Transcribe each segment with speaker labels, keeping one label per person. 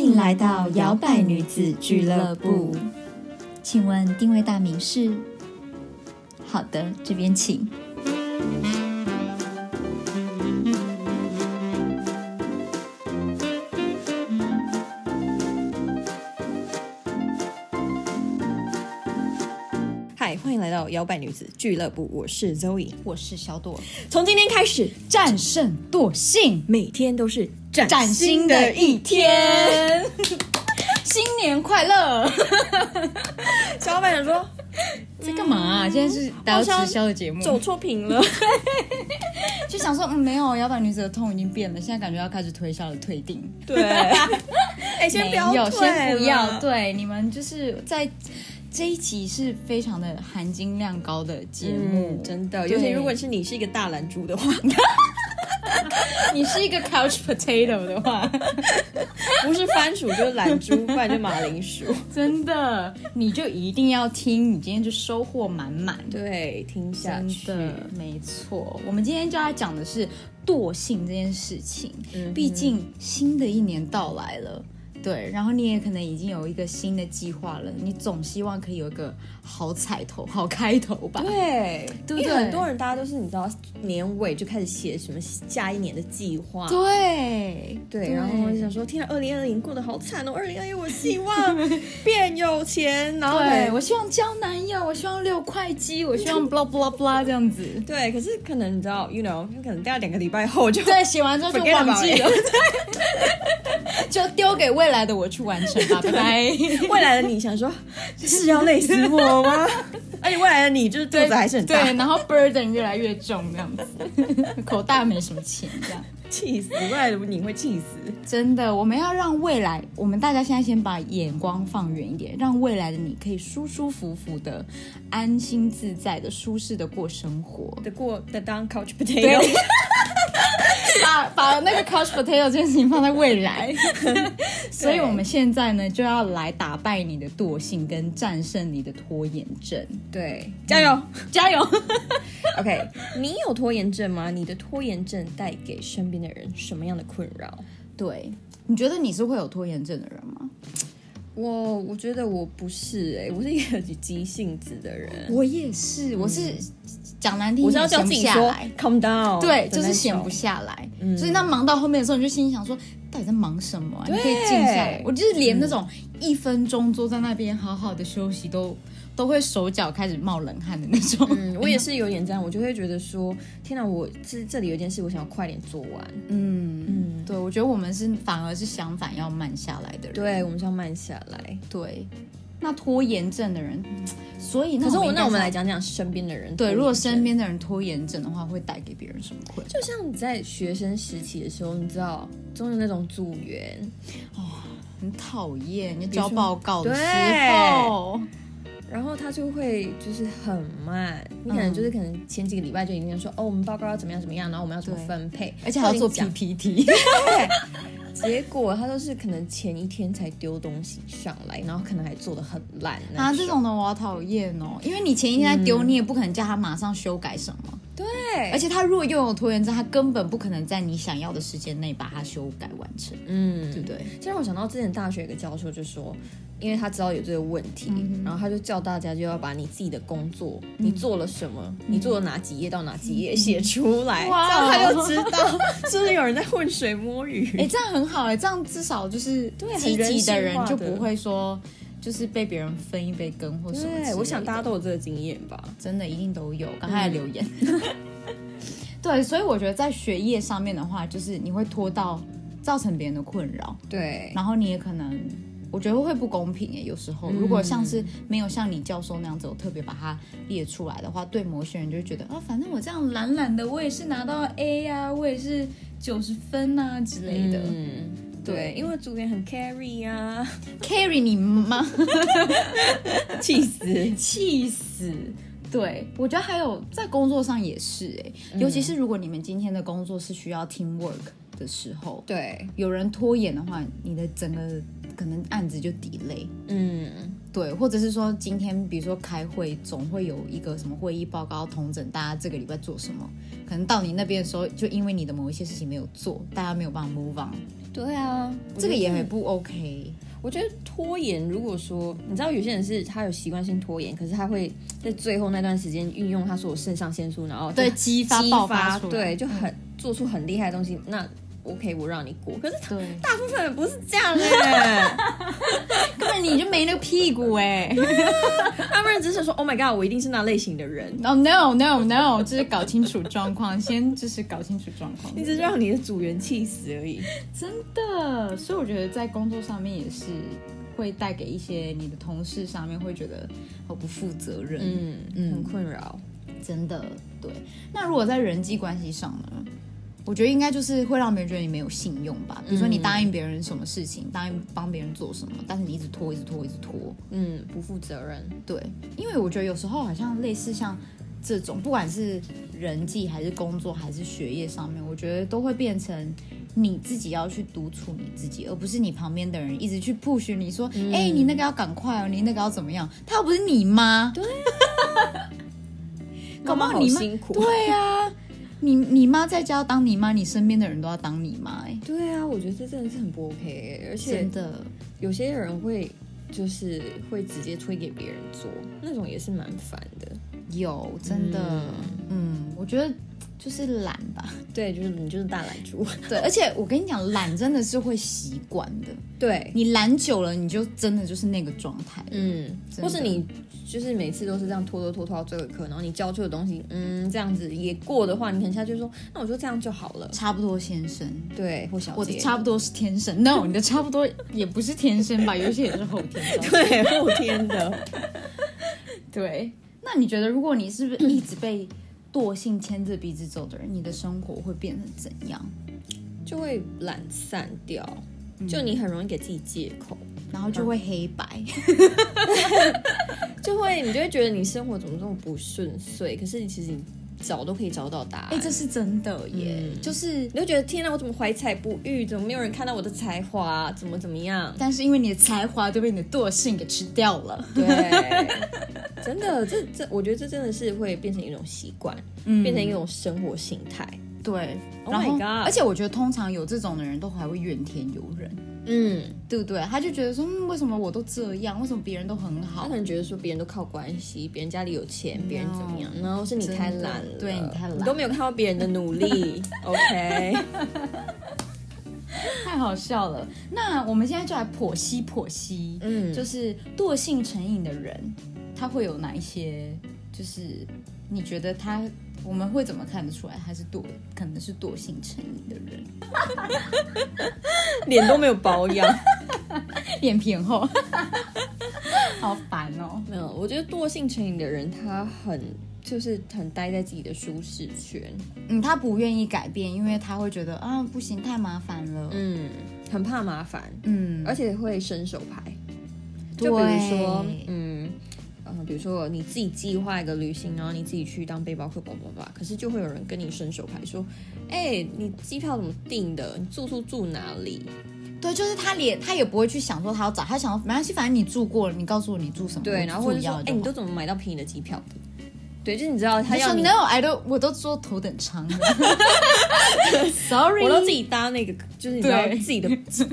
Speaker 1: 迎来到摇摆女子俱乐部。请问定位大名是？好的，这边请。
Speaker 2: 嗨，欢迎来到摇摆女子俱乐部，我是 Zoe。
Speaker 1: 我是小朵，
Speaker 2: 从今天开始，
Speaker 1: 战胜惰性，
Speaker 2: 每天都是崭
Speaker 1: 崭新的一天，新年快乐！
Speaker 2: 小老板想说
Speaker 1: 在干嘛啊？现在是打
Speaker 2: 好
Speaker 1: 到
Speaker 2: 像
Speaker 1: 直销的节目，
Speaker 2: 走错屏 了，
Speaker 1: 嗯就想说，嗯，没有，摇摆女子的痛已经变了，现在感觉要开始推销了，退订。
Speaker 2: 对。 哎、先不要
Speaker 1: 没有，
Speaker 2: 退
Speaker 1: 先不要。
Speaker 2: 了
Speaker 1: 对，你们就是在这一集是非常的含金量高的节目，
Speaker 2: 嗯，真的，
Speaker 1: 对
Speaker 2: 尤其如果是你是一个大懒猪 的话，
Speaker 1: 你是一个 couch potato 的话，
Speaker 2: 不是番薯就是懒猪， 不然就马铃薯。
Speaker 1: 真的，你就一定要听，你今天就收获满满。
Speaker 2: 对，听下
Speaker 1: 真
Speaker 2: 去。
Speaker 1: 的，没错。我们今天就要讲的是惰性这件事情。
Speaker 2: 嗯
Speaker 1: 毕竟新的一年到来了，对，然后你也可能已经有一个新的计划了，你总希望可以有一个好彩头、好开头吧？
Speaker 2: 对，
Speaker 1: 对不
Speaker 2: 因为
Speaker 1: 对
Speaker 2: 很多人大家都是你知道，年尾就开始写什么下一年的计划，啊
Speaker 1: 对
Speaker 2: 对，然后我就想说，天啊，二零二零过得好惨哦！二零二一，我希 望变有钱，然后
Speaker 1: 对，
Speaker 2: 可
Speaker 1: 我希望交男友，我希望六块肌，我希 望 blah blah blah 这样子。
Speaker 2: 对，可是可能你知道，you know，可能大概两个礼拜后就
Speaker 1: 对，写完之后就
Speaker 2: Forget
Speaker 1: 忘
Speaker 2: about
Speaker 1: 记了，对， 就丢给未来的我去完成 吧，拜拜。
Speaker 2: 未来的你想说是要累死我 吗？而且未来的你就是肚
Speaker 1: 对，
Speaker 2: 子还是很大
Speaker 1: 对，，然后 burden 越来越重这样子， 口袋没什么钱这样。
Speaker 2: 气死！未来的你会气死。
Speaker 1: 真的，我们要让未来，我们大家现在先把眼光放远一点，让未来的你可以舒舒服服的、安心自在的、舒适的过生活。
Speaker 2: 得过得当 couch
Speaker 1: 对
Speaker 2: potato，，
Speaker 1: 把把那个 couch potato 这件事情放在未 来。所以我们现在呢，就要来打败你的惰性，跟战胜你的拖延症。 嗯
Speaker 2: 对，嗯加油
Speaker 1: 加油！
Speaker 2: ！OK，你有拖延症吗？你的拖延症带给身边的人什么样的困扰？
Speaker 1: 对，你觉得你是会有拖延症的人吗？
Speaker 2: 我我觉得我不是哎、我是一个急性子的人，
Speaker 1: 我也是，我是讲难听一
Speaker 2: 嗯我是
Speaker 1: 点，
Speaker 2: 要叫自己说 calm down，
Speaker 1: 对，
Speaker 2: 的哦嗯
Speaker 1: 就是
Speaker 2: 那
Speaker 1: 闲
Speaker 2: 种
Speaker 1: 不下来。所以那忙到后面的时候，你就心里想说，到底在忙什么、啊？你可以静下来。我就是连那
Speaker 2: 嗯
Speaker 1: 种一分钟坐在那边好好的休息都，都会手脚开始冒冷汗的那种。
Speaker 2: 嗯，我也是有点这样，我就会觉得说，天哪，我这这里有一件事，我想要快点做完。
Speaker 1: 嗯，
Speaker 2: 嗯，
Speaker 1: 对，我觉得我们是反而是相反，要慢下来的人。
Speaker 2: 对，我们是要慢下来。
Speaker 1: 对，那拖延症的人，所以
Speaker 2: 可
Speaker 1: 那
Speaker 2: 是我那我们来
Speaker 1: 讲，
Speaker 2: 讲讲身边的人，
Speaker 1: 对，如果身边的人拖延症的话，会带给别人什么困扰？
Speaker 2: 就像你在学生时期的时候，你知道，总有那种组员，
Speaker 1: 很讨厌，就
Speaker 2: 如
Speaker 1: 交
Speaker 2: 说
Speaker 1: 报告哦的时
Speaker 2: 对
Speaker 1: 候，
Speaker 2: 然后他就会就是很慢，你可能就是可能前几个礼拜就已经说，哦，我们报告要怎么样怎么样，然后我们要怎么
Speaker 1: 对
Speaker 2: 分配，
Speaker 1: 而且还要做
Speaker 2: 都已经讲
Speaker 1: PPT。
Speaker 2: 结果他都是可能前一天才丢东西上来，然后可能还做的很烂那
Speaker 1: 啊，这种的我好讨厌哦，因为你前一天在丢，你也不可能叫他马上修改什么。
Speaker 2: 嗯对，
Speaker 1: 而且他如果又有拖延症，他根本不可能在你想要的时间内把它修改完成，
Speaker 2: 嗯，
Speaker 1: 对不对？
Speaker 2: 这让我想到之前大学有个教授就说，因为他知道有这个问题，然后他就叫大家就要把你自己的工作，你做了什么，你做了哪几页到哪几页写出来，
Speaker 1: 哇
Speaker 2: 这样他就知道 是不是有人在浑水摸鱼。
Speaker 1: 哎，这样很好哎，这样至少就是
Speaker 2: 对很
Speaker 1: 积极的人
Speaker 2: 人性化
Speaker 1: 就
Speaker 2: 的
Speaker 1: 不会说就是被别人分一杯羹或什么之类
Speaker 2: 对，
Speaker 1: 的。
Speaker 2: 我想大家嗯都有这个经验吧。
Speaker 1: 真的一定都有，刚才的留言。 对，所以我觉得在学业上面的话，就是你会拖到造成别人的困扰。
Speaker 2: 对，
Speaker 1: 然后你也可能，我觉得会不公平欸耶。有时
Speaker 2: 嗯
Speaker 1: 候，如果像是没有像李教授那样子，我特别把它列出来的话，对某些人就会觉得啊，反正我这样懒懒的，我也是拿到 A 呀、我也是九十分啊之类的。
Speaker 2: 嗯，对，因为组员很 carry 啊，
Speaker 1: Carry 你妈，
Speaker 2: 气死。
Speaker 1: 气死！对，我觉得还有在工作上也是哎，尤其是如果你们今天的工作是需要 team work 的时候，
Speaker 2: 对，
Speaker 1: 有人拖延的话，你的整个可能案子就 delay。
Speaker 2: 嗯，
Speaker 1: 对，或者是说今天比如说开会，总会有一个什么会议报告同整，大家这个礼拜做什么，可能到你那边的时候，就因为你的某一些事情没有做，大家没有办法 move on，
Speaker 2: 对啊，我觉得
Speaker 1: 这个也很不 OK。
Speaker 2: 我觉得拖延，如果说你知道有些人是他有习惯性拖延，可是他会在最后那段时间运用他所有肾上腺素，然后就
Speaker 1: 对激发
Speaker 2: 激
Speaker 1: 爆
Speaker 2: 发
Speaker 1: 发出来
Speaker 2: 对，就很做出很厉害的东西。那 OK，我让你过。可是
Speaker 1: 对，
Speaker 2: 大部分人不是这样哎、
Speaker 1: 根本你就没那个屁股哎、
Speaker 2: 他们只是说 Oh my God，我一定是那类型的人。
Speaker 1: 哦 no no no，就是搞清楚状况， 先就是搞清楚状况。
Speaker 2: 你只是让你的组员气死而已。
Speaker 1: 真的，所以我觉得在工作上面也是会带给一些你的同事上面会觉得好不负责任，
Speaker 2: 嗯嗯，很困扰。
Speaker 1: 真的对。那如果在人际关系上呢？我觉得应该就是会让别人觉得你没有信用吧。比如说你答应别人什么事情，答应帮别人做什么，但是你一直拖，一直拖，一直拖。
Speaker 2: 嗯，不负责任。
Speaker 1: 对，因为我觉得有时候好像类似像这种，不管是人际还是工作还是学业上面，我觉得都会变成你自己要去督促你自己，而不是你旁边的人一直去 push 你说，哎、你那个要赶快哦，你那个要怎么样？他又不是你妈，对， 搞不
Speaker 2: 妈妈
Speaker 1: 好
Speaker 2: 好
Speaker 1: 你妈
Speaker 2: 辛苦
Speaker 1: 对啊，你你妈在家要当你妈，你身边的人都要当你妈、哎，
Speaker 2: 对啊，我觉得这真的是很不 OK，欸而且
Speaker 1: 真的，
Speaker 2: 有些人会就是会直接推给别人做，那种也是蛮烦的。
Speaker 1: 有真的，嗯，我觉得就是懒吧。
Speaker 2: 对，就是你就是大懒 猪。
Speaker 1: 对，而且我跟你讲，懒真的是会习惯的。
Speaker 2: 对，
Speaker 1: 你懒久了，你就真的就是那个状态。
Speaker 2: 嗯，
Speaker 1: 真的
Speaker 2: 或是你就是每次都是这样拖拖拖拖到最后一刻，然后你交出的东西，嗯，这样子也过的话，你可能下去说，那我就这样就好了。
Speaker 1: 差不多先生，
Speaker 2: 对，或小
Speaker 1: 我的
Speaker 2: 姐，
Speaker 1: 差不多是天生。No，你的差不多也不是天生吧，有些也是后天 造成。
Speaker 2: 对，后天的。
Speaker 1: 对，那你觉得，如果你是不是一直被惰性牵着鼻子走的人，你的生活会变成怎样？
Speaker 2: 就会懒散掉，就你很容易给自己借口，
Speaker 1: 然后就会黑白。
Speaker 2: 嗯就会你就会觉得你生活怎么这么不顺遂，可是你其实你找都可以找到答案。
Speaker 1: 哎、这是真的耶，
Speaker 2: 嗯
Speaker 1: 就是。？
Speaker 2: 你就觉得天哪，我怎么怀才不遇？怎么没有人看到我的才华？怎么怎么样
Speaker 1: 但是因为你的才华都被你的惰性给吃掉了，
Speaker 2: 对，真的，这这，我觉得这真的是会变成一种习惯，
Speaker 1: 嗯
Speaker 2: 变成一种生活形态。
Speaker 1: 对
Speaker 2: Oh
Speaker 1: 然后
Speaker 2: my god
Speaker 1: 而且我觉得通常有这种的人都还会怨天尤人，
Speaker 2: 嗯，
Speaker 1: 对不对？他就觉得说，嗯为什么我都这样，为什么别人都很
Speaker 2: 他
Speaker 1: 好
Speaker 2: 可？能觉得说别人都靠关系，别人家里有钱，别人怎么样，然后是你
Speaker 1: 真的
Speaker 2: 太懒了，
Speaker 1: 对你太懒
Speaker 2: 你都没有看到别人的 努力。OK，
Speaker 1: 太好笑了。那我们现在就来剖析剖析，
Speaker 2: 嗯，
Speaker 1: 就是惰性成瘾的人，他会有哪一些？就是你觉得他，我们会怎么看得出来他是惰，可能是惰性成瘾的人，
Speaker 2: 脸都没有保 养。
Speaker 1: 脸皮很厚， 好烦哦。
Speaker 2: 没有，我觉得惰性成瘾的人，他很就是很待在自己的舒适圈，
Speaker 1: 嗯，他不愿意改变，因为他会觉得啊，不行，太麻烦了。
Speaker 2: 嗯，很怕麻烦，
Speaker 1: 嗯，
Speaker 2: 而且会伸手牌。就比如说
Speaker 1: 对，
Speaker 2: 嗯。嗯，比如说你自己计划一个旅行，然后你自己去当背包客，叭叭叭。可是就会有人跟你伸手牌说：“哎、你机票怎么订的？你住宿住哪里
Speaker 1: 对，就是他连他也不会去想说他要找，他想说没关系，反正你住过了，你告诉我你住什？”么，
Speaker 2: 对，然后或者说：“哎、
Speaker 1: 哎，
Speaker 2: 你都怎么买到便宜的机票的？”对，就是你知道他
Speaker 1: 他
Speaker 2: 要
Speaker 1: 说
Speaker 2: 你，
Speaker 1: no I don't，我都坐头等 舱了，sorry，
Speaker 2: 我都自己搭那个，就是你知道
Speaker 1: 对
Speaker 2: 自己的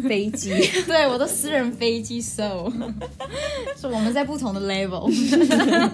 Speaker 2: 飞 机。
Speaker 1: 对我都私人飞机 so，是我们在不同的 level，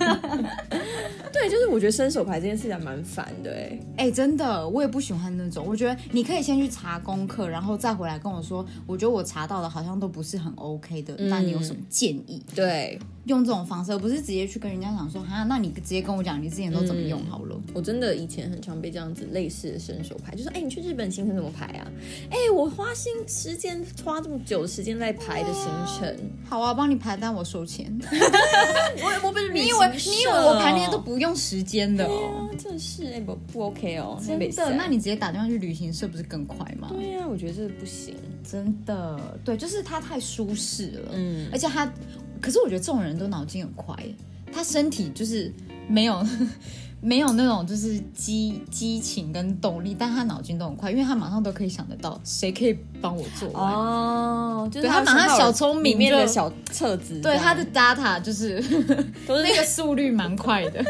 Speaker 2: 对，就是我觉得伸手牌这件事情还蛮烦的哎、
Speaker 1: 哎、真的我也不喜欢那种，我觉得你可以先去查功课，然后再回来跟我说，我觉得我查到的好像都不是很 OK 的，那你有
Speaker 2: 嗯
Speaker 1: 什么建议？
Speaker 2: 对
Speaker 1: 用这种方式，而不是直接去跟人家讲说，哈，那你直接跟我讲你之前都怎么用好了。
Speaker 2: 我真的以前很常被这样子类似的伸手牌，就是哎、你去日本行程怎么排啊？哎、我花心时间花这么久的时间在排的行程，
Speaker 1: 好啊，帮你排单，我收 钱。
Speaker 2: 我我被
Speaker 1: 你以为你以为我排那些都不用时间的哦？
Speaker 2: 啊，真的是哎、不不 OK 哦，
Speaker 1: 真的？
Speaker 2: 很美
Speaker 1: 那
Speaker 2: 塞
Speaker 1: 你直接打电话去旅行社不是更快吗？
Speaker 2: 对呀、啊，我觉得这不行，
Speaker 1: 真的，对，就是他太舒适了，
Speaker 2: 嗯
Speaker 1: 而且他，可是我觉得这种人都脑筋很快耶，他身体就是没有 没有那种就是激激情跟动力，但他脑筋都很快，因为他马上都可以想得到谁可以帮我做完。
Speaker 2: 哦，就是
Speaker 1: 对他马上
Speaker 2: 有
Speaker 1: 小聪明
Speaker 2: 里面的
Speaker 1: 就
Speaker 2: 小册子这
Speaker 1: 对
Speaker 2: 样，
Speaker 1: 他的 data 就是
Speaker 2: 都 是
Speaker 1: 那个速率蛮快的，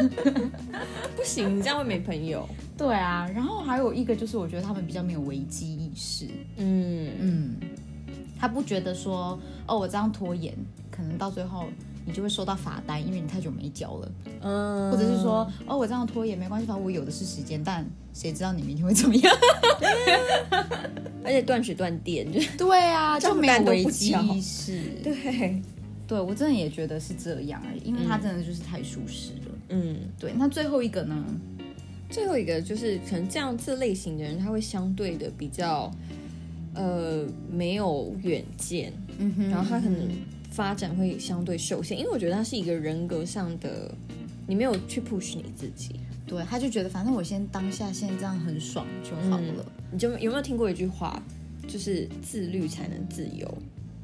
Speaker 2: 不行，你这样会没朋友，
Speaker 1: 对啊，然后还有一个就是我觉得他们比较没有危机意识，
Speaker 2: 嗯。
Speaker 1: 嗯，他不觉得说哦，我这样拖延，可能到最后你就会收到罚单，因为你太久没交了，
Speaker 2: 嗯，
Speaker 1: 或者是说哦，我这样拖延没关系，反正我有的是时间，但谁知道你明天会怎么样？
Speaker 2: 而且断水断电，就
Speaker 1: 对啊，
Speaker 2: 账
Speaker 1: 就没有
Speaker 2: 单都
Speaker 1: 危
Speaker 2: 不
Speaker 1: 机
Speaker 2: 交
Speaker 1: 意识。
Speaker 2: 对，
Speaker 1: 对我真的也觉得是这样而已，因为他真的就是太舒适了。
Speaker 2: 嗯。
Speaker 1: 对，那最后一个呢？
Speaker 2: 最后一个就是，可能这样这类型的人，他会相对的比较，呃，没有远见，
Speaker 1: 嗯哼
Speaker 2: 然后他可能发展会相对受限，因为我觉得他是一个人格上的，你没有去 push 你自己。
Speaker 1: 对，他就觉得反正我先当下现在这样很爽就好了，
Speaker 2: 你就有没有听过一句话，就是自律才能自由？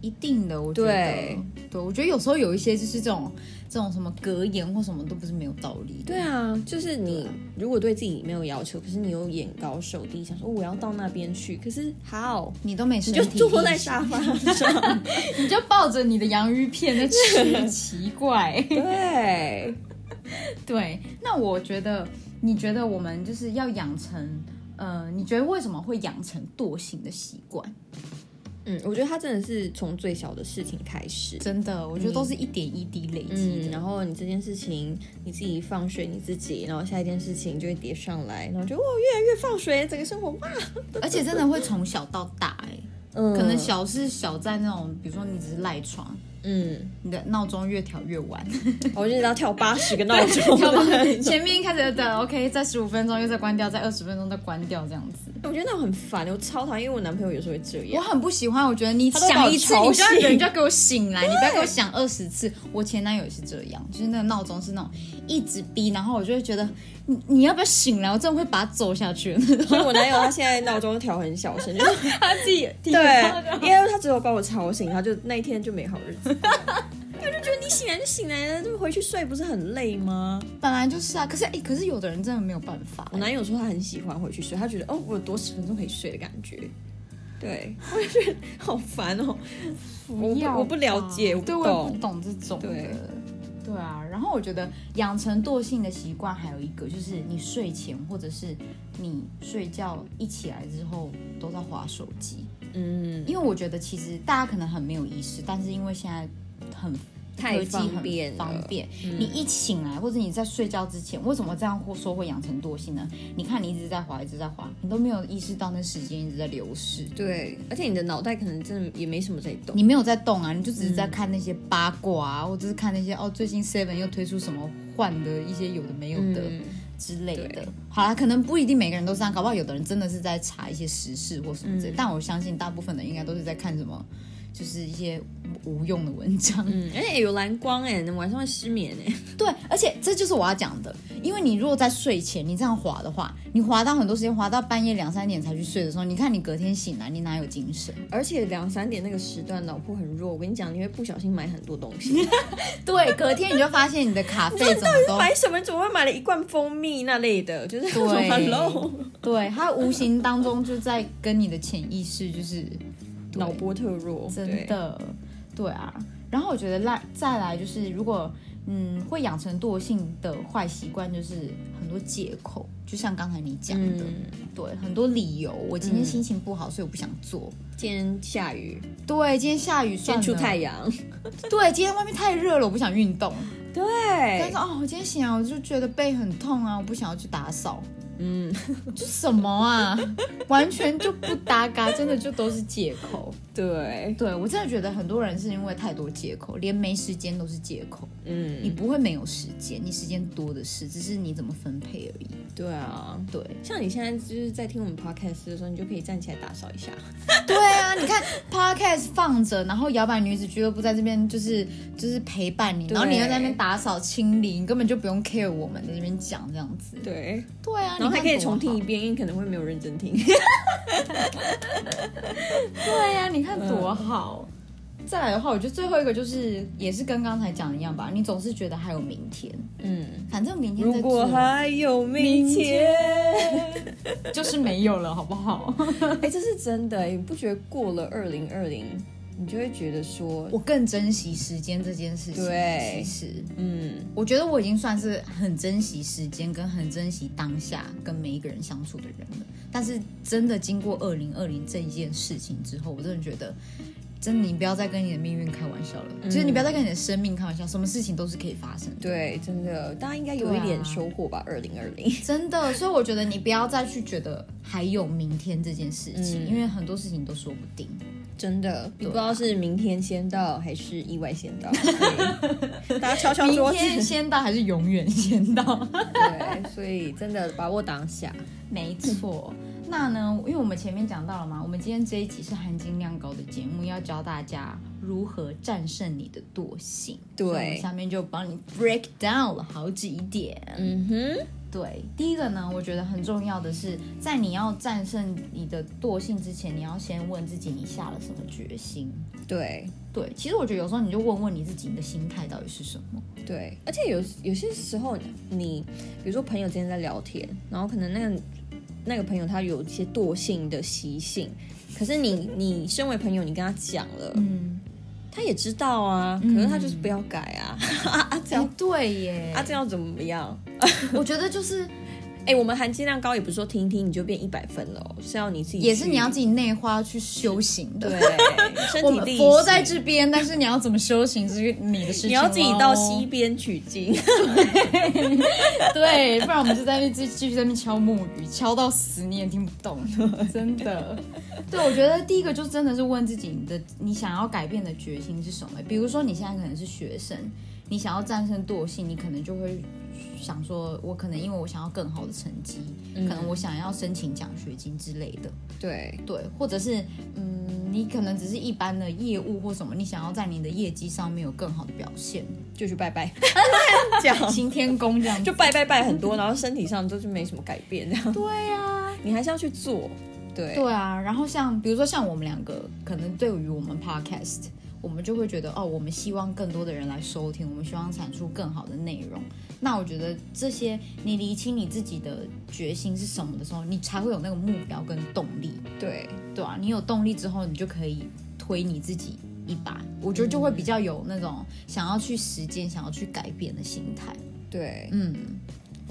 Speaker 1: 一定的，我觉得，
Speaker 2: 对
Speaker 1: 对我觉得有时候有一些就是这种这种什么格言或什么都不是没有道理的，
Speaker 2: 对啊，就是你如果对自己没有要求，可是你又眼高手低，想说我要到那边去，可是 how？
Speaker 1: 你都没身
Speaker 2: 你
Speaker 1: 体
Speaker 2: 就
Speaker 1: 力行，
Speaker 2: 坐在沙发上，
Speaker 1: 你就抱着你的洋芋片在吃，奇怪。
Speaker 2: 对，
Speaker 1: 对，那我觉得，你觉得我们就是要养成，呃，你觉得为什么会养成惰性的习惯？
Speaker 2: 嗯，我觉得他真的是从最小的事情开始，
Speaker 1: 真的，我觉得都是一点一滴累积
Speaker 2: 嗯，
Speaker 1: 的。
Speaker 2: 然后你这件事情你自己放水你自己，然后下一件事情就会叠上来，然后就哇越来越放水，整个生活哇，
Speaker 1: 而且真的会从小到大、哎、
Speaker 2: 嗯
Speaker 1: 可能小是小在那种，比如说你只是赖床，
Speaker 2: 嗯，
Speaker 1: 你的闹钟越调越晚，
Speaker 2: 我就知道跳八十个闹钟，
Speaker 1: 要不然前面一开始等 OK，再十五分钟又再关掉，再二十分钟再关掉这样子。
Speaker 2: 我觉得那种很烦，我超讨厌，因为我男朋友有时候会这
Speaker 1: 我
Speaker 2: 样，
Speaker 1: 很不喜欢，我觉得你
Speaker 2: 他都把
Speaker 1: 想
Speaker 2: 我
Speaker 1: 一次，
Speaker 2: 吵
Speaker 1: 你就要
Speaker 2: 醒
Speaker 1: 人就要给我醒来，你不要给我想二十次。我前男友也是这样，就是那个闹钟是那种一直逼，然后我就会觉得你你要不要醒来？我真的会把他揍下去的那种。
Speaker 2: 所以我男友他现在闹钟调很小声，就是
Speaker 1: 他自己
Speaker 2: 对，因为他只有把我吵醒，他就那一天就没好日子。我就觉得你醒来就醒来了，就回去睡不是很累吗？
Speaker 1: 本来就是啊，可是哎、可是有的人真的没有办法、
Speaker 2: 我男友说他很喜欢回去睡，他觉得哦，我有多十分钟可以睡的感觉。对，我就觉得好烦哦。我不
Speaker 1: 要
Speaker 2: 我不了
Speaker 1: 吧
Speaker 2: 解，我
Speaker 1: 对，
Speaker 2: 不
Speaker 1: 我也
Speaker 2: 懂
Speaker 1: 不。懂这种的
Speaker 2: 对。
Speaker 1: 对啊，然后我觉得养成惰性的习惯，还有一个就是你睡前或者是你睡觉一起来之后都在划手机，
Speaker 2: 嗯，
Speaker 1: 因为我觉得其实大家可能很没有意识，但是因为现在很
Speaker 2: 太
Speaker 1: 科技
Speaker 2: 方
Speaker 1: 很
Speaker 2: 便了嗯
Speaker 1: 方便。你一醒来或者你在睡觉之前，为什么这样说会养成惰性呢？你看你一直在滑，一直在滑，你都没有意识到那时间一直在流逝。
Speaker 2: 对，而且你的脑袋可能真的也没什么在动。
Speaker 1: 你没有在动啊，你就只是在看那些八卦啊，或者是看那些哦，最近 Seven 又推出什么换的一些有的没有的
Speaker 2: 嗯
Speaker 1: 之类的。
Speaker 2: 对
Speaker 1: 好啦，可能不一定每个人都这样，搞不好有的人真的是在查一些时事或什么之类，但我相信大部分的应该都是在看什么，就是一些无用的文章。
Speaker 2: 嗯，而且有蓝光哎，你晚上会失眠哎。
Speaker 1: 对，而且这就是我要讲的，因为你如果在睡前你这样滑的话，你滑到很多时间，滑到半夜两三点才去睡的时候，你看你隔天醒来，你哪有精神？
Speaker 2: 而且两三点那个时段脑波很弱，我跟你讲，你会不小心买很多东西。
Speaker 1: 对，隔天你就发现你的卡费怎么都
Speaker 2: 买什么？你怎么会买了一罐蜂蜜那类的？就是
Speaker 1: 对
Speaker 2: hello，
Speaker 1: 对，它无形当中就在跟你的潜意识就是对
Speaker 2: 脑波特弱，
Speaker 1: 真
Speaker 2: 对。
Speaker 1: 的，对啊。然后我觉得来再来就是，如果嗯会养成惰性的坏习惯，就是很多借口，就像刚才你讲的，
Speaker 2: 嗯，
Speaker 1: 对，很多理由。我今天心情不好，所以我不想做。
Speaker 2: 今天下雨，
Speaker 1: 对，今天下雨
Speaker 2: 今
Speaker 1: 算
Speaker 2: 嗯天
Speaker 1: 了。
Speaker 2: 出太阳，
Speaker 1: 对，今天外面太热了，我不想运动。但
Speaker 2: 对
Speaker 1: 是，哦，我今天醒来我就觉得背很痛啊，我不想要去打扫。
Speaker 2: 嗯，
Speaker 1: 就什么啊，完全就不搭嘎，真的就都是借口。
Speaker 2: 对，
Speaker 1: 对我真的觉得很多人是因为太多借口，连没时间都是借口。你
Speaker 2: 嗯，
Speaker 1: 不会没有时间，你时间多的是，只是你怎么分配而已。
Speaker 2: 对啊。
Speaker 1: 对，
Speaker 2: 像你现在就是在听我们 podcast 的时候，你就可以站起来打扫一下。
Speaker 1: 对啊，你看 podcast 放着，然后摇摆女子俱乐部在这边就是就是陪伴你，
Speaker 2: 对
Speaker 1: 然后你又在那边打扫清理，你根本就不用 care 我们在这边讲这样子。
Speaker 2: 对，
Speaker 1: 对啊，
Speaker 2: 然后还可以重听
Speaker 1: 一
Speaker 2: 一遍，因为可能会没有认真听。
Speaker 1: 对
Speaker 2: 啊
Speaker 1: 呀、你看多好。嗯再来的话，我觉得最后一个就是，也是跟刚才讲的一样吧，你总是觉得还有明天，
Speaker 2: 嗯，
Speaker 1: 反正明天
Speaker 2: 如
Speaker 1: 再
Speaker 2: 果
Speaker 1: 做，
Speaker 2: 还有明 天，
Speaker 1: 就是没有了，好不好？
Speaker 2: 哎、这是真的、你不觉得过了二零二零，你就会觉得说，
Speaker 1: 我更珍惜时间这件事情。
Speaker 2: 对
Speaker 1: 其实
Speaker 2: 嗯，
Speaker 1: 我觉得我已经算是很珍惜时间，跟很珍惜当下跟每一个人相处的人了。但是真的经过二零二零这一件事情之后，我真的觉得真的，你不要再跟你的命运开玩笑了，就是你不要再跟你的生命开玩笑，什么事情都是可以发生的。
Speaker 2: 嗯对，真的，大家应该有一点收获吧？二零二零，
Speaker 1: 真的，所以我觉得你不要再去觉得还有明天这件事情，
Speaker 2: 嗯
Speaker 1: 因为很多事情都说不定。
Speaker 2: 真的，你
Speaker 1: 对啊
Speaker 2: 不知道是明天先到还是意外先到，所 以大家敲敲
Speaker 1: 明
Speaker 2: 桌子。
Speaker 1: 天先到还是永远先到？
Speaker 2: 对，所以真的把握当下。
Speaker 1: 没错。那呢，因为我们前面讲到了嘛，我们今天这一集是含金量高的节目，要教大家如何战胜你的惰性。
Speaker 2: 对
Speaker 1: 所以我们下面就帮你 break down 了好几点。
Speaker 2: 嗯哼，
Speaker 1: 对，第一个呢，我觉得很重要的是，在你要战胜你的惰性之前，你要先问自己你下了什么决心。
Speaker 2: 对
Speaker 1: 对，其实我觉得有时候你就问问你自己，你的心态到底是什么？
Speaker 2: 对，而且有有些时候你，比如说朋友之间在聊天，然后可能那个那个朋友他有一些惰性的习性，可是你你身为朋友，你跟他讲了，
Speaker 1: 嗯，
Speaker 2: 他也知道啊，可是他就是不要改啊，啊这
Speaker 1: 哎、
Speaker 2: 样
Speaker 1: 对耶，
Speaker 2: 啊这样怎么样？
Speaker 1: 我觉得就是
Speaker 2: 哎、我们含金量高也不是说听一听你就变一百分了、哦，是要你自己
Speaker 1: 也是你要自
Speaker 2: 己
Speaker 1: 己内化去修行的。
Speaker 2: 对身
Speaker 1: 我
Speaker 2: 体
Speaker 1: 们
Speaker 2: 力
Speaker 1: 佛
Speaker 2: 行
Speaker 1: 在这边，但是你要怎么修行是你的事情。
Speaker 2: 你要自己到西，
Speaker 1: 哦
Speaker 2: 边取经，
Speaker 1: 对，不然我们就在那继继续在那边敲木鱼，敲到死你也听不 懂，真的。对，我觉得第一个就真的是问自己，你的你想要改变的决心是什么？比如说你现在可能是学生，你想要战胜惰性，你可能就会想说，我可能因为我想要更好的成绩，
Speaker 2: 嗯
Speaker 1: 可能我想要申请奖学金之类的。
Speaker 2: 对
Speaker 1: 对，或者是嗯，你可能只是一般的业务或什么，你想要在你的业绩上面有更好的表现，
Speaker 2: 就去拜拜， 这样
Speaker 1: 行天宫这样
Speaker 2: 就
Speaker 1: 就
Speaker 2: 拜拜拜很多，然后身体上就是没什么改变，这样
Speaker 1: 对啊，
Speaker 2: 你还是要去做，对
Speaker 1: 对啊。然后像比如说像我们两个，可能对于我们 podcast，我们就会觉得哦，我们希望更多的人来收听，我们希望产出更好的内容。那我觉得这些你理清你自己的决心是什么的时候，你才会有那个目标跟动力。
Speaker 2: 对
Speaker 1: 对啊，你有动力之后，你就可以推你自己一把，我觉得就会比较有那种想要去实践、想要去改变的心态。
Speaker 2: 对，
Speaker 1: 嗯，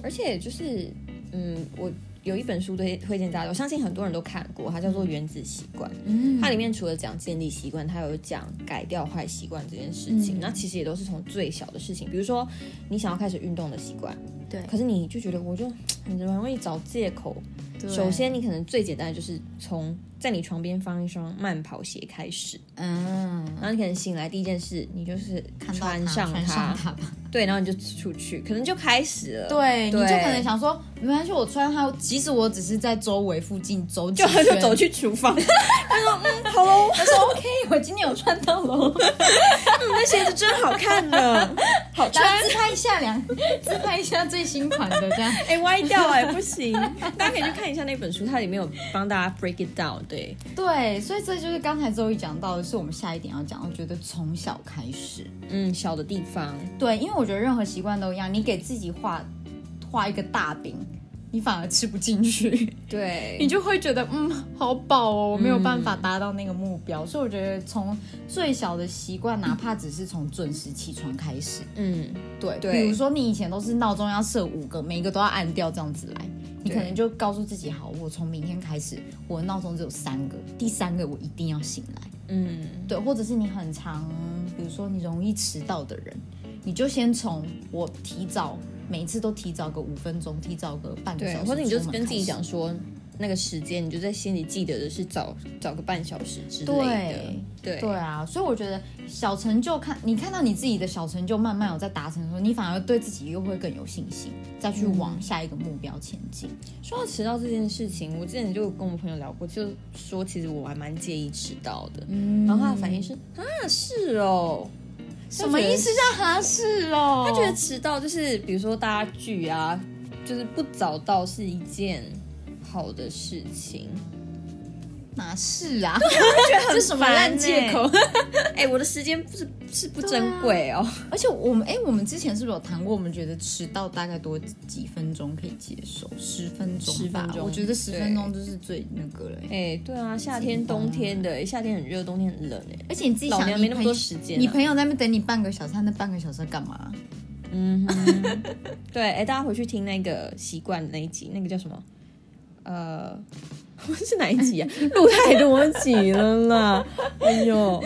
Speaker 2: 而且就是嗯，我有一本书推推荐大家，我相信很多人都看过，它叫做《原子习惯》。
Speaker 1: 嗯
Speaker 2: 它里面除了讲建立习惯，它有讲改掉坏习惯这件事情。
Speaker 1: 嗯
Speaker 2: 那其实也都是从最小的事情，比如说你想要开始运动的习惯，
Speaker 1: 对
Speaker 2: 可是你就觉得我就很容易找借口。首先，，你可能最简单的就是从在你床边放一双慢跑鞋开始，
Speaker 1: 嗯，
Speaker 2: 然后你可能醒来第一件事，你就是
Speaker 1: 看到
Speaker 2: 穿
Speaker 1: 它
Speaker 2: 上
Speaker 1: 穿上它 吧。
Speaker 2: 对，然后你就出去，可能就开始了，
Speaker 1: 对，你就
Speaker 2: 对
Speaker 1: 可能想说，没关系，我穿它，即使我只是在周围附近走几
Speaker 2: 就
Speaker 1: 圈，
Speaker 2: 就走去厨房，他说嗯，好喽，
Speaker 1: 他说 OK，我今天有穿到喽，
Speaker 2: 那鞋子真好看呢， 好 穿。
Speaker 1: 大家自拍一下两， 自拍一下最新款的这样。
Speaker 2: 哎、歪掉 哎、不行！大家可以去看一下那本书，它里面有帮大家 break it down。对，
Speaker 1: 对，所以这就是刚才周瑜讲到的，是我们下一点要讲，我觉得从小开始。
Speaker 2: 嗯，小的地方，
Speaker 1: 对，因为我觉得任何习惯都一样，你给自己画画一个大饼，你反而吃不进去，你
Speaker 2: 对，
Speaker 1: 就会觉得嗯，好饱哦，我没有办法达到那个目标。所以我觉得从最小的习惯，哪怕只是从准时起床开始，
Speaker 2: 嗯，
Speaker 1: 对，
Speaker 2: 对
Speaker 1: 比如说你以前都是闹钟要设五个，每一个都要按掉这样子来。你可能就告诉自己，好，我从明天开始，我的闹钟只有三个，第三个我一定要醒来。
Speaker 2: 嗯，
Speaker 1: 对，或者是你很常，比如说你容易迟到的人，你就先从我提早，每一次都提早个五分钟，提早个半个
Speaker 2: 对
Speaker 1: 小，时，
Speaker 2: 或者你就是跟自己讲。说，那个时间，你就在心里记得的是早早个半小时之类的
Speaker 1: 对。
Speaker 2: 对，
Speaker 1: 对啊，所以我觉得小成就看，你看到你自己的小成就慢慢有在达成的时候，你反而对自己又会更有信心，再去
Speaker 2: 嗯
Speaker 1: 往下一个目标前进。
Speaker 2: 说到迟到这件事情，我之前就跟我朋友聊过，就说其实我还蛮介意迟到的。
Speaker 1: 嗯
Speaker 2: 然后他的反应是啊，是哦，
Speaker 1: 什么意思？叫哈是哦？
Speaker 2: 他觉得迟到就是，比如说大家聚啊，就是不早到是一件好的事 情。
Speaker 1: 哪是啊？这 什么烂
Speaker 2: 欸
Speaker 1: 借口？
Speaker 2: 哎、我的时间不是是不珍贵哦。
Speaker 1: 而且我们哎、我们之前是不是有谈过？我们觉得迟到大概多几分钟可以接受，十分钟吧。
Speaker 2: 10分钟
Speaker 1: 我觉得十分钟就是最那个了、
Speaker 2: 哎、对啊，夏天、冬天的，夏天很热，冬天很冷哎、
Speaker 1: 而且你自己
Speaker 2: 老
Speaker 1: 想，
Speaker 2: 娘
Speaker 1: 你
Speaker 2: 没那
Speaker 1: 朋
Speaker 2: 么
Speaker 1: 友
Speaker 2: 多时间、啊。
Speaker 1: 你朋友在那边等你半个小时，他那半个小时要干嘛？
Speaker 2: 嗯哼，对，哎、大家回去听那个习惯那一集，那个叫什么？呃， 是哪一 集啊？录太多集了啦！哎呦，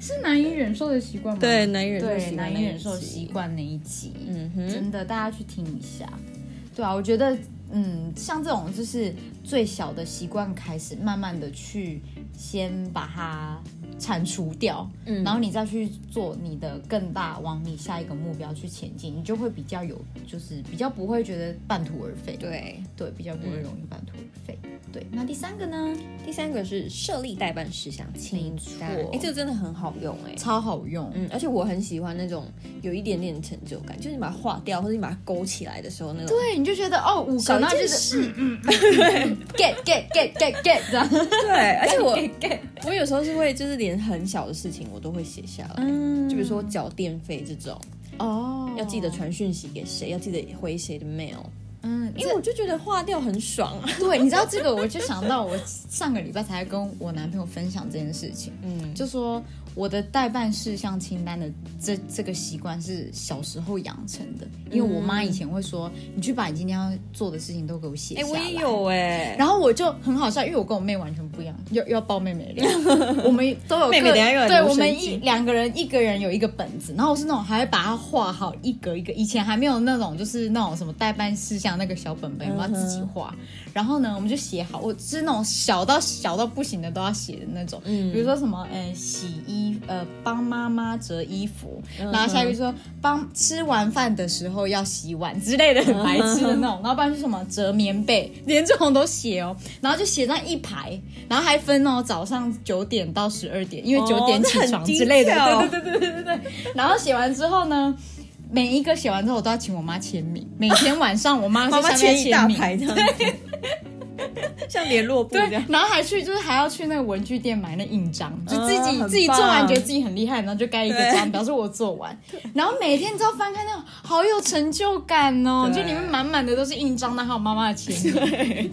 Speaker 1: 是难以忍受的习惯吗？
Speaker 2: 对，难以忍受
Speaker 1: 对，
Speaker 2: 习惯，
Speaker 1: 难以忍受习。惯那一集，
Speaker 2: 嗯哼，
Speaker 1: 真的大家去听一下。对啊，我觉得，嗯，像这种就是最小的习惯开始，慢慢的去先把它铲除掉，
Speaker 2: 嗯
Speaker 1: 然后你再去做你的更大，往你下一个目标去前进，你就会比较有，就是比较不会觉得半途而废。
Speaker 2: 对。嗯
Speaker 1: 对，比较不会容易半途而废。对，那第三个呢？
Speaker 2: 第三个是设立代办事项清单，
Speaker 1: 没错
Speaker 2: 哎，这个真的很好用哎。
Speaker 1: 超好用，
Speaker 2: 嗯，而且我很喜欢那种有一点点成就感，就是你把它划掉或者你把它勾起来的时候，那种
Speaker 1: 对，你就觉得哦，五个，
Speaker 2: 小
Speaker 1: 然后就
Speaker 2: 件
Speaker 1: 是
Speaker 2: 事。
Speaker 1: get get get get get 这样。
Speaker 2: 对，而 且我
Speaker 1: get，
Speaker 2: 我有时候是会，就是连很小的事情我都会写下来，
Speaker 1: 嗯
Speaker 2: 就比如说缴电费这种，
Speaker 1: 哦，
Speaker 2: 要记得，传讯息给谁，要记得回谁的 mail，
Speaker 1: 嗯，
Speaker 2: 因为我就觉得划掉很爽啊。
Speaker 1: 对，你知道这个，我就想到我上个礼拜才跟我男朋友分享这件事情，
Speaker 2: 嗯，
Speaker 1: 就说我的代办事项清单的这这个习惯是小时候养成的，因为我妈以前会说，你去把你今天要做的事情都给我写
Speaker 2: 嗯哎、
Speaker 1: 下来。
Speaker 2: 我也有哎、
Speaker 1: 然后我就很好笑，因为我跟我妹完全不一样，又又要爆妹妹了。 我们都有各
Speaker 2: 妹妹等一下又来
Speaker 1: 对，
Speaker 2: 留
Speaker 1: 我
Speaker 2: 神
Speaker 1: 们
Speaker 2: 经
Speaker 1: 一两个人，一个人有一个本子，然后我是那种还会把它画好一格一格。以前还没有那种就是那种什么代办事项那个小本本，我要自己画。然后呢，我们就写好，我是那种小到小到不行的都要写的那种。比如说什么，嗯、洗衣，呃，帮妈妈折衣服，然后下一个就说帮吃完饭的时候要洗碗之类的，很白痴的那种。然后不然就什么折棉被，连这种都写哦。然后就写上一排，然后还分哦，早上九点到十二点，因为
Speaker 2: 哦
Speaker 1: 九点
Speaker 2: 那
Speaker 1: 起
Speaker 2: 很
Speaker 1: 床
Speaker 2: 低
Speaker 1: 之类的。
Speaker 2: 调
Speaker 1: 对对对对对对对。然后写完之后呢？每一个写完之后，我都要请我妈签名。每天晚上，我 妈
Speaker 2: 妈妈
Speaker 1: 去下面
Speaker 2: 签一大
Speaker 1: 签名，
Speaker 2: 排这样子， 像联络簿
Speaker 1: 对
Speaker 2: 这样，。
Speaker 1: 然后还去就是还要去那个文具店买那印章，就自己、
Speaker 2: 很
Speaker 1: 自己做完
Speaker 2: 棒
Speaker 1: 觉得自己很厉害，然后就盖一个
Speaker 2: 对
Speaker 1: 章，表示我做完。然后每天你知道翻开那种好有成就感哦，
Speaker 2: 对
Speaker 1: 就里面满满的都是印章，那还有妈妈的 签名。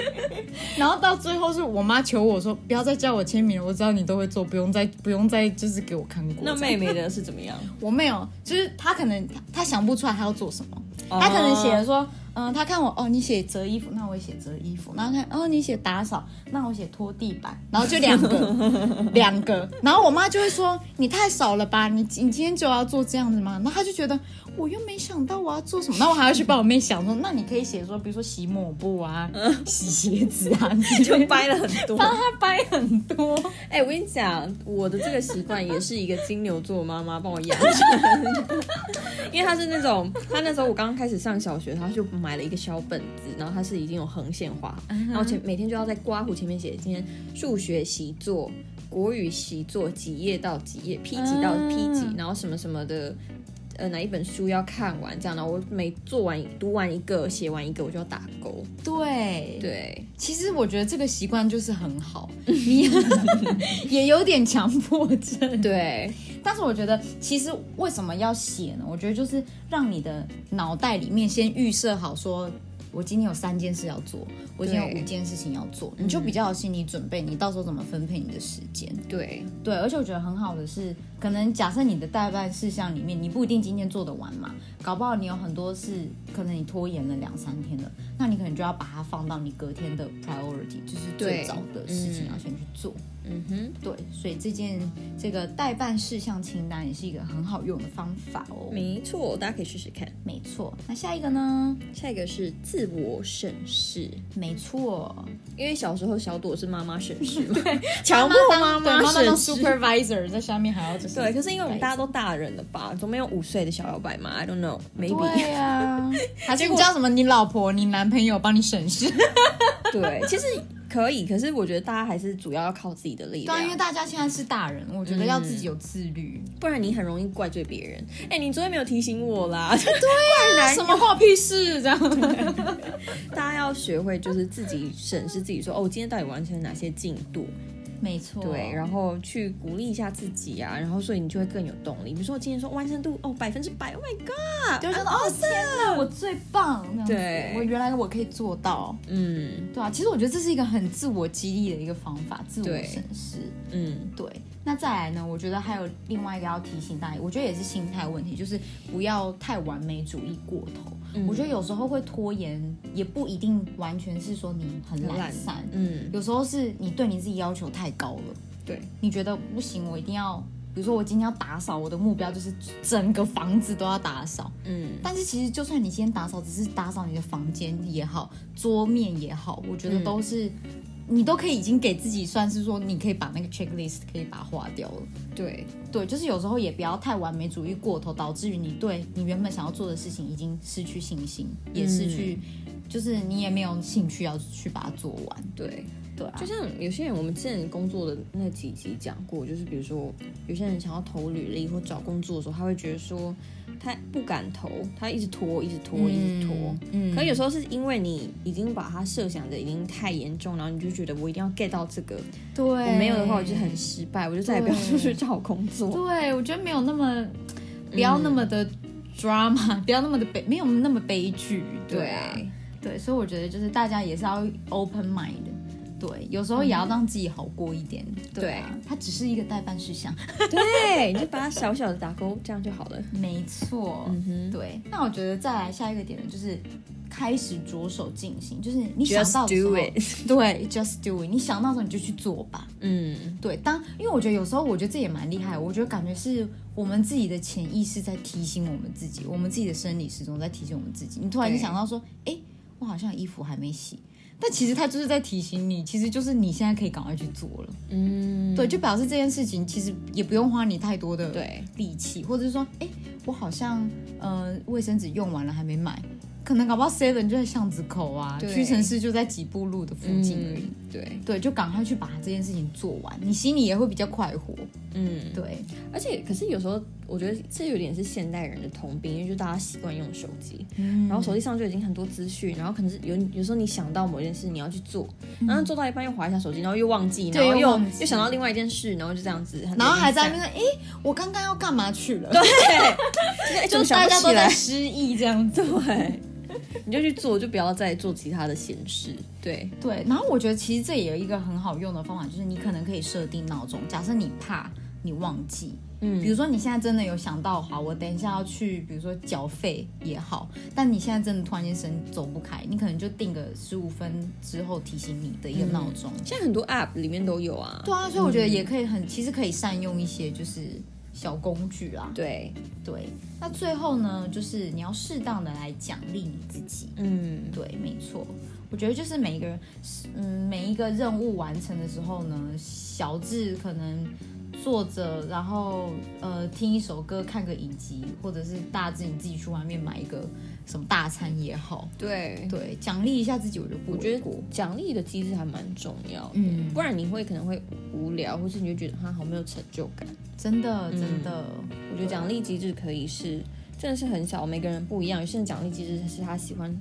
Speaker 1: 然后到最后是我妈求我说不要再叫我签名了，我知道你都会做，不用再不用再就是给我看过。
Speaker 2: 那妹妹的是怎么样？
Speaker 1: 我没有，就是她可能她她想不出来她要做什么。
Speaker 2: 哦
Speaker 1: 他可能写了说，嗯、他看我哦，你写折衣服，那我也写折衣服，然后看哦，你写打扫，那我写拖地板，然后就两 个，两个，然后我妈就会说你太少了吧，你你今天就要做这样子吗？然后她就觉得我又没想到我要做什么，那我还要去帮我妹想说，那你可以写说，比如说洗抹布 啊，洗鞋子啊，你
Speaker 2: 就掰了很多。
Speaker 1: 帮她掰很多，
Speaker 2: 哎、我跟你讲，我的这个习惯也是一个金牛座妈妈帮我养成， 因为她是那种，她那时候我刚刚开始上小学，她就买了一个小本子，然后它是已经有横线画，然后前每天就要在刮胡前面写今天数学习作、国语习作几页到几页，P 几到 P 几，然后什么什么的。呃，哪一本书要看完这样，然后我每做完读完一个，写完一个，我就要打勾。
Speaker 1: 对
Speaker 2: 对，
Speaker 1: 其实我觉得这个习惯就是很好，你也 有点强迫症。
Speaker 2: 对，
Speaker 1: 但是我觉得，其实为什么要写呢？我觉得就是让你的脑袋里面先预设好说。我今天有三件事要做，我今天有
Speaker 2: 对
Speaker 1: 五件事情要做，你就比较有心理准备，你到时候怎么分配你的时间？
Speaker 2: 对，
Speaker 1: 对，而且我觉得很好的是，可能假设你的代办事项里面，你不一定今天做得完嘛，搞不好你有很多事，可能你拖延了两三天了，那你可能就要把它放到你隔天的 priority，就是最
Speaker 2: 对
Speaker 1: 早的事情
Speaker 2: 嗯
Speaker 1: 要先去做。
Speaker 2: 嗯哼。
Speaker 1: 对，所以这件这个代办事项清单也是一个很好用的方法哦。
Speaker 2: 没错，大家可以试试看。
Speaker 1: 没错，那下一个呢？
Speaker 2: 下一个是自我审视，
Speaker 1: 没错，
Speaker 2: 因为小时候小朵是妈妈审 视嘛， 强迫
Speaker 1: 当
Speaker 2: 妈
Speaker 1: 对妈妈当
Speaker 2: 审视。
Speaker 1: supervisor 在下面还要就是
Speaker 2: 对，可是因为我们大家都大人了吧，总没有五岁的小摇摆嘛，I don't know，maybe。
Speaker 1: 对呀、啊， 还是你叫什么？你老婆、你男朋友帮你审视？
Speaker 2: 对，其实可以，可是我觉得大家还是主要要靠自己的力
Speaker 1: 对啊，因为
Speaker 2: 量，
Speaker 1: 大家现在是大人，我觉得要自己有自律。
Speaker 2: 不然你很容易怪罪别人。哎，你昨天没有提醒我 啦， 对
Speaker 1: 啊哎什么话屁事这样？
Speaker 2: 大家要学会就是自己审视自己说哦，我今天到底完成了哪些进度，
Speaker 1: 没错，
Speaker 2: 对，然后去鼓励一下自己啊，然后所以你就会更有动力。比如说我今天说完成度哦百分之百，Oh my god，
Speaker 1: 就觉得哦天哪，我最棒，那样子
Speaker 2: 对
Speaker 1: 我原来我可以做到，
Speaker 2: 嗯
Speaker 1: 对啊，其实我觉得这是一个很自我激励的一个方法，自我
Speaker 2: 对
Speaker 1: 审视。
Speaker 2: 嗯，
Speaker 1: 对，那再来呢？我觉得还有另外一个要提醒大家，我觉得也是心态问题，就是不要太完美主义过头。我觉得有时候会拖延，也不一定完全是说你很懒散，
Speaker 2: 嗯
Speaker 1: 有时候是你对你自己要求太高了，
Speaker 2: 对，
Speaker 1: 你觉得不行，我一定要，比如说我今天要打扫，我的目标就是整个房子都要打扫。
Speaker 2: 嗯
Speaker 1: 但是其实，就算你今天打扫，只是打扫你的房间也好，桌面也好，我觉得都
Speaker 2: 嗯
Speaker 1: 是、你都可以已经给自己算是说，你可以把那个 checklist 可以把它划掉了。
Speaker 2: 对，
Speaker 1: 对，就是有时候也不要太完美主义过头，导致于你对你原本想要做的事情已经失去信心，也失去，
Speaker 2: 嗯
Speaker 1: 就是你也没有兴趣要去把它做完。
Speaker 2: 对，
Speaker 1: 对啊
Speaker 2: 就，像有些人，我们之前工作的那几集讲过，就是比如说有些人想要投履历或找工作的时候，他会觉得说他不敢投，他一直拖，一直拖，一直拖。
Speaker 1: 嗯
Speaker 2: 可有时候是因为你已经把它设想的已经太严重，然后你就觉得我一定要 get 到这个，
Speaker 1: 对，
Speaker 2: 我没有的话我就很失败，我就再也不要出去找工作。
Speaker 1: 对，我觉得没有那么，
Speaker 2: 嗯
Speaker 1: 不要那么的 drama，、不要 那么的悲，没有那么悲剧。对啊，对，所以我觉得就是大家也是要 open mind 的。对，有时候也要让自己好过一点。啊，它只是一个代办事项。
Speaker 2: 对，你就把它小小的打勾，这样就好了。
Speaker 1: 没错。
Speaker 2: 嗯哼，
Speaker 1: 对，那我觉得再来下一个点呢，就是开始着手进行，就是你想到
Speaker 2: Just
Speaker 1: 的时候
Speaker 2: do it
Speaker 1: 对，just do it，你想到的时候你就去做吧。
Speaker 2: 嗯，
Speaker 1: 对，当因为我觉得有时候我觉得这也蛮厉害，我觉得感觉是我们自己的潜意识在提醒我们自己，我们自己的生理时钟在提醒我们自己。你突然间
Speaker 2: 对
Speaker 1: 想到说，哎，我好像衣服还没洗。但其实它就是在提醒你，其实就是你现在可以赶快去做了。
Speaker 2: 嗯，
Speaker 1: 对，就表示这件事情其实也不用花你太多的
Speaker 2: 对
Speaker 1: 力气，或者是说，哎、我好像呃卫生纸用完了还没买，可能搞不好 seven 就在巷子口啊，
Speaker 2: 对
Speaker 1: 屈臣氏就在几步路的附近而已。
Speaker 2: 嗯，对，
Speaker 1: 对，就赶快去把这件事情做完，你心里也会比较快活。
Speaker 2: 嗯。
Speaker 1: 对，
Speaker 2: 而且，可是有时候我觉得这有点是现代人的通病，因为就大家习惯用手机，然后手机上就已经很多资讯，然后可能是有有时候你想到某件事你要去做，然后做到一半又划一下手机，然后又忘记，
Speaker 1: 对
Speaker 2: 然后
Speaker 1: 又
Speaker 2: 又
Speaker 1: 忘记
Speaker 2: 又想到另外一件事，然后就这样子，
Speaker 1: 然后还在那边说，哎、我刚刚要干嘛去了？
Speaker 2: 边
Speaker 1: 就
Speaker 2: 就是想
Speaker 1: 大家
Speaker 2: 不起
Speaker 1: 都在
Speaker 2: 来，
Speaker 1: 失忆这样子。
Speaker 2: 对， 你就去做，就不要再做其他的闲事，对，
Speaker 1: 对，然后我觉得其实这也有一个很好用的方法，就是你可能可以设定闹钟。假设你怕你忘记，
Speaker 2: 嗯
Speaker 1: 比如说你现在真的有想到，好，我等一下要去，比如说缴费也好，但你现在真的突然间身走不开，你可能就定个十五分之后提醒你的一个闹钟。
Speaker 2: 现在很多 App 里面都有啊，
Speaker 1: 对啊，所以我觉得也可以很，其实可以善用一些就是小工具啊。
Speaker 2: 对，
Speaker 1: 对，那最后呢，就是你要适当的来奖励你自己。
Speaker 2: 嗯，
Speaker 1: 对，没错。我觉得就是每一个人，嗯，每一个任务完成的时候呢，小至可能坐着，然后呃听一首歌、看个影集，或者是大至你自己去外面买一个什么大餐也好，
Speaker 2: 对，
Speaker 1: 对，奖励一下自己，我就不
Speaker 2: 我觉
Speaker 1: 为
Speaker 2: 得
Speaker 1: 过。
Speaker 2: 奖励的机制还蛮重要的，
Speaker 1: 嗯
Speaker 2: 不然你会可能会无聊，或是你就觉得哈好没有成就感。
Speaker 1: 真的，
Speaker 2: 嗯
Speaker 1: 真的，
Speaker 2: 我觉得奖励机制可以是真的是很小，每个人不一样。有些人奖励机制是他喜欢，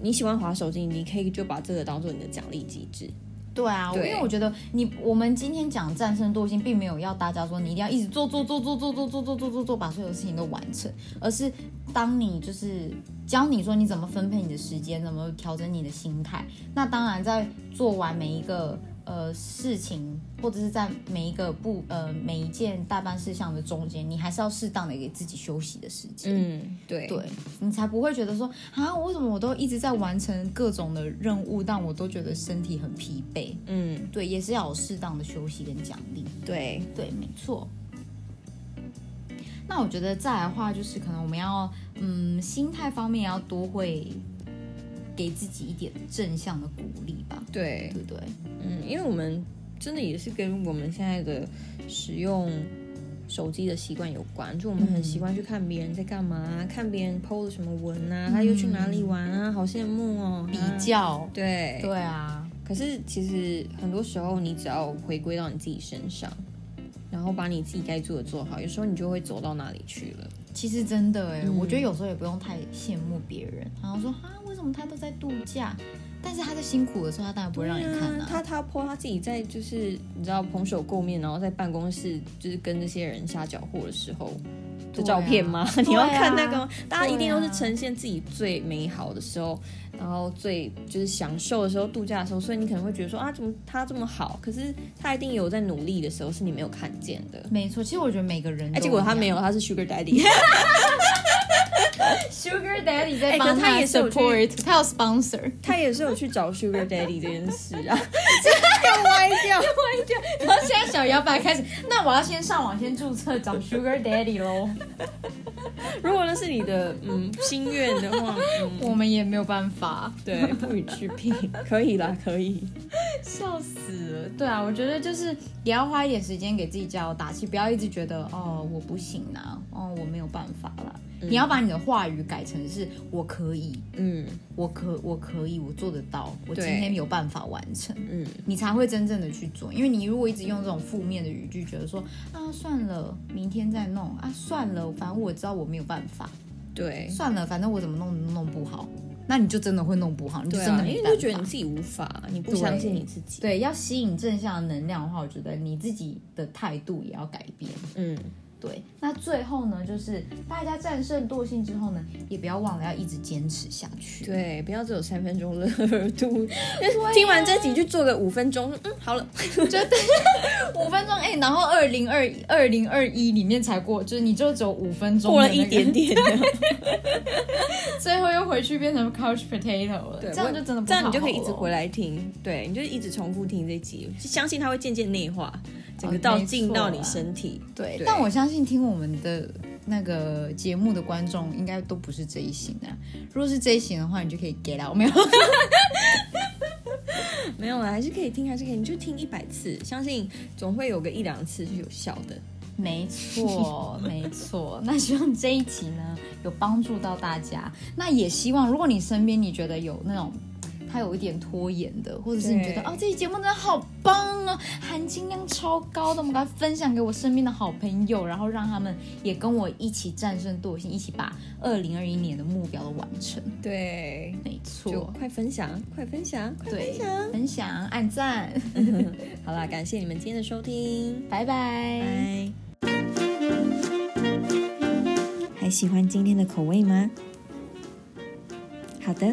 Speaker 2: 你喜欢划手机，你可以就把这个当做你的奖励机制。
Speaker 1: 对啊，
Speaker 2: 对
Speaker 1: 因为我觉得你我们今天讲战胜惰性，并没有要大家说你一定要一直做做做做做做做做做做做把所有事情都完成，而是当你就是教你说你怎么分配你的时间，怎么调整你的心态。那当然，在做完每一个呃事情，或者是在每一个不呃每一件大办事项的中间，你还是要适当的给自己休息的时间。
Speaker 2: 嗯，对
Speaker 1: 对你才不会觉得说啊，为什么我都一直在完成各种的任务，但我都觉得身体很疲惫。
Speaker 2: 嗯
Speaker 1: 对，也是要有适当的休息跟奖励。
Speaker 2: 对，
Speaker 1: 对，没错。那我觉得再来的话，就是可能我们要，嗯，心态方面也要多会给自己一点正向的鼓励吧，
Speaker 2: 对
Speaker 1: 对，不对？
Speaker 2: 嗯，因为我们真的也是跟我们现在的使用。手机的习惯有关，就我们很习惯去看别人在干嘛、看别人 PO 了什么文啊，他又去哪里玩啊，好羡慕哦。
Speaker 1: 比
Speaker 2: 啊
Speaker 1: 较，
Speaker 2: 对
Speaker 1: 嗯对啊，
Speaker 2: 可是其实很多时候，你只要回归到你自己身上，然后把你自己该做的做好，有时候你就会走到哪里去了。
Speaker 1: 其实真欸
Speaker 2: 嗯
Speaker 1: 的哎、我觉得有时候也不用太羡慕别人，然后说啊，为什么他都在度假？但是他在辛苦的时候，他当然不会让你看
Speaker 2: 对啊
Speaker 1: 啊。
Speaker 2: 他他泼他自己在就是你知道蓬首垢面，然后在办公室就是跟这些人瞎搅和的时候的
Speaker 1: 对啊
Speaker 2: 照片吗？ 你
Speaker 1: 对
Speaker 2: 要
Speaker 1: 啊
Speaker 2: 看那个吗？大家一
Speaker 1: 对
Speaker 2: 定
Speaker 1: 啊
Speaker 2: 都是呈现自己最美好的时候，然后最就是享受的时候、度假的时候，所以你可能会觉得说啊，怎么他这么好？可是他一定有在努力的时候是你没有看见 的。
Speaker 1: 没错，其实我觉得每个人都一样，
Speaker 2: 哎，结果他没有，他 是 Sugar Daddy。
Speaker 1: Sugar Daddy
Speaker 2: 哎
Speaker 1: 在
Speaker 2: 可是
Speaker 1: 帮
Speaker 2: 他也是有去
Speaker 1: support，他有 sponsor，
Speaker 2: 他也是有去找 Sugar Daddy 这件事 啊，又歪掉。
Speaker 1: 然后现在小摇摆开始，那我要先上网先注册 找 Sugar Daddy 喽。
Speaker 2: 如果那是你的嗯心愿的话，嗯，
Speaker 1: 我们也没有办法，
Speaker 2: 对，不予置评，可以 啦，可以。
Speaker 1: 笑死了。对啊，我觉得就是也要花一点时间给自己加油打气，不要一直觉得哦我不行啊，哦我没有办法啦。你要把你的话语改成是我可以，
Speaker 2: 嗯
Speaker 1: 我可我可以，我做得到，我今
Speaker 2: 对
Speaker 1: 天有办法完成。
Speaker 2: 嗯，
Speaker 1: 你才会真正的去做。因为你如果一直用这种负面的语句，觉得说啊算了，明天再弄啊算了，反正我知道我没有办法，
Speaker 2: 对，
Speaker 1: 算了，反正我怎么弄都弄不好，那你就真的会弄不好，你就
Speaker 2: 对
Speaker 1: 真的
Speaker 2: 啊，
Speaker 1: 没
Speaker 2: 因为你
Speaker 1: 办
Speaker 2: 就
Speaker 1: 法。
Speaker 2: 觉得你自己无法，你不
Speaker 1: 对
Speaker 2: 相信你自己。
Speaker 1: 对，要吸引正向能量的话，我觉得你自己的态度也要改变。
Speaker 2: 嗯，
Speaker 1: 对，那最后呢，就是大家战胜惰性之后呢，也不要忘了要一直坚持下去。
Speaker 2: 对，不要只有三分钟热度。听完这集就做个五分钟，嗯，好了。
Speaker 1: 五分钟，哎、然后二零二二零二一里面才过，就是你就只有五分钟、
Speaker 2: 过了一点 点，
Speaker 1: 最后又回去变成 couch potato 了，这样就真的不
Speaker 2: 这样你就
Speaker 1: 好
Speaker 2: 可以一直
Speaker 1: 了
Speaker 2: 回来听，对，你就一直重复听这集，就相信它会渐渐内化，整个
Speaker 1: 哦
Speaker 2: 到
Speaker 1: 没
Speaker 2: 进
Speaker 1: 错
Speaker 2: 到
Speaker 1: 啊
Speaker 2: 你身体。
Speaker 1: 对，
Speaker 2: 对
Speaker 1: 但我相信听我们的那个节目的观众应该都不是这一型的、如果是这一型的话，你就可以 get out 没有？
Speaker 2: 没有啊，还是可以听，还是可以，你就听一百次，相信总会有个一两次是有效的。
Speaker 1: 没错，没错。那希望这一集呢有帮助到大家。那也希望，如果你身边你觉得有那种他有一点拖延的，或者是你觉得
Speaker 2: 对
Speaker 1: 哦这期节目真的好棒哦，含金量超高的，我们把它分享给我身边的好朋友，然后让他们也跟我一起战胜惰性，一起把二零二一年的目标都完成。
Speaker 2: 对，
Speaker 1: 没
Speaker 2: 就
Speaker 1: 错，
Speaker 2: 快分享，快分享，快分
Speaker 1: 对
Speaker 2: 享。，
Speaker 1: 分享、按赞，
Speaker 2: 好啦，感谢你们今天的收听，
Speaker 1: 拜拜。
Speaker 2: 拜。还喜欢今天的口味吗？好的，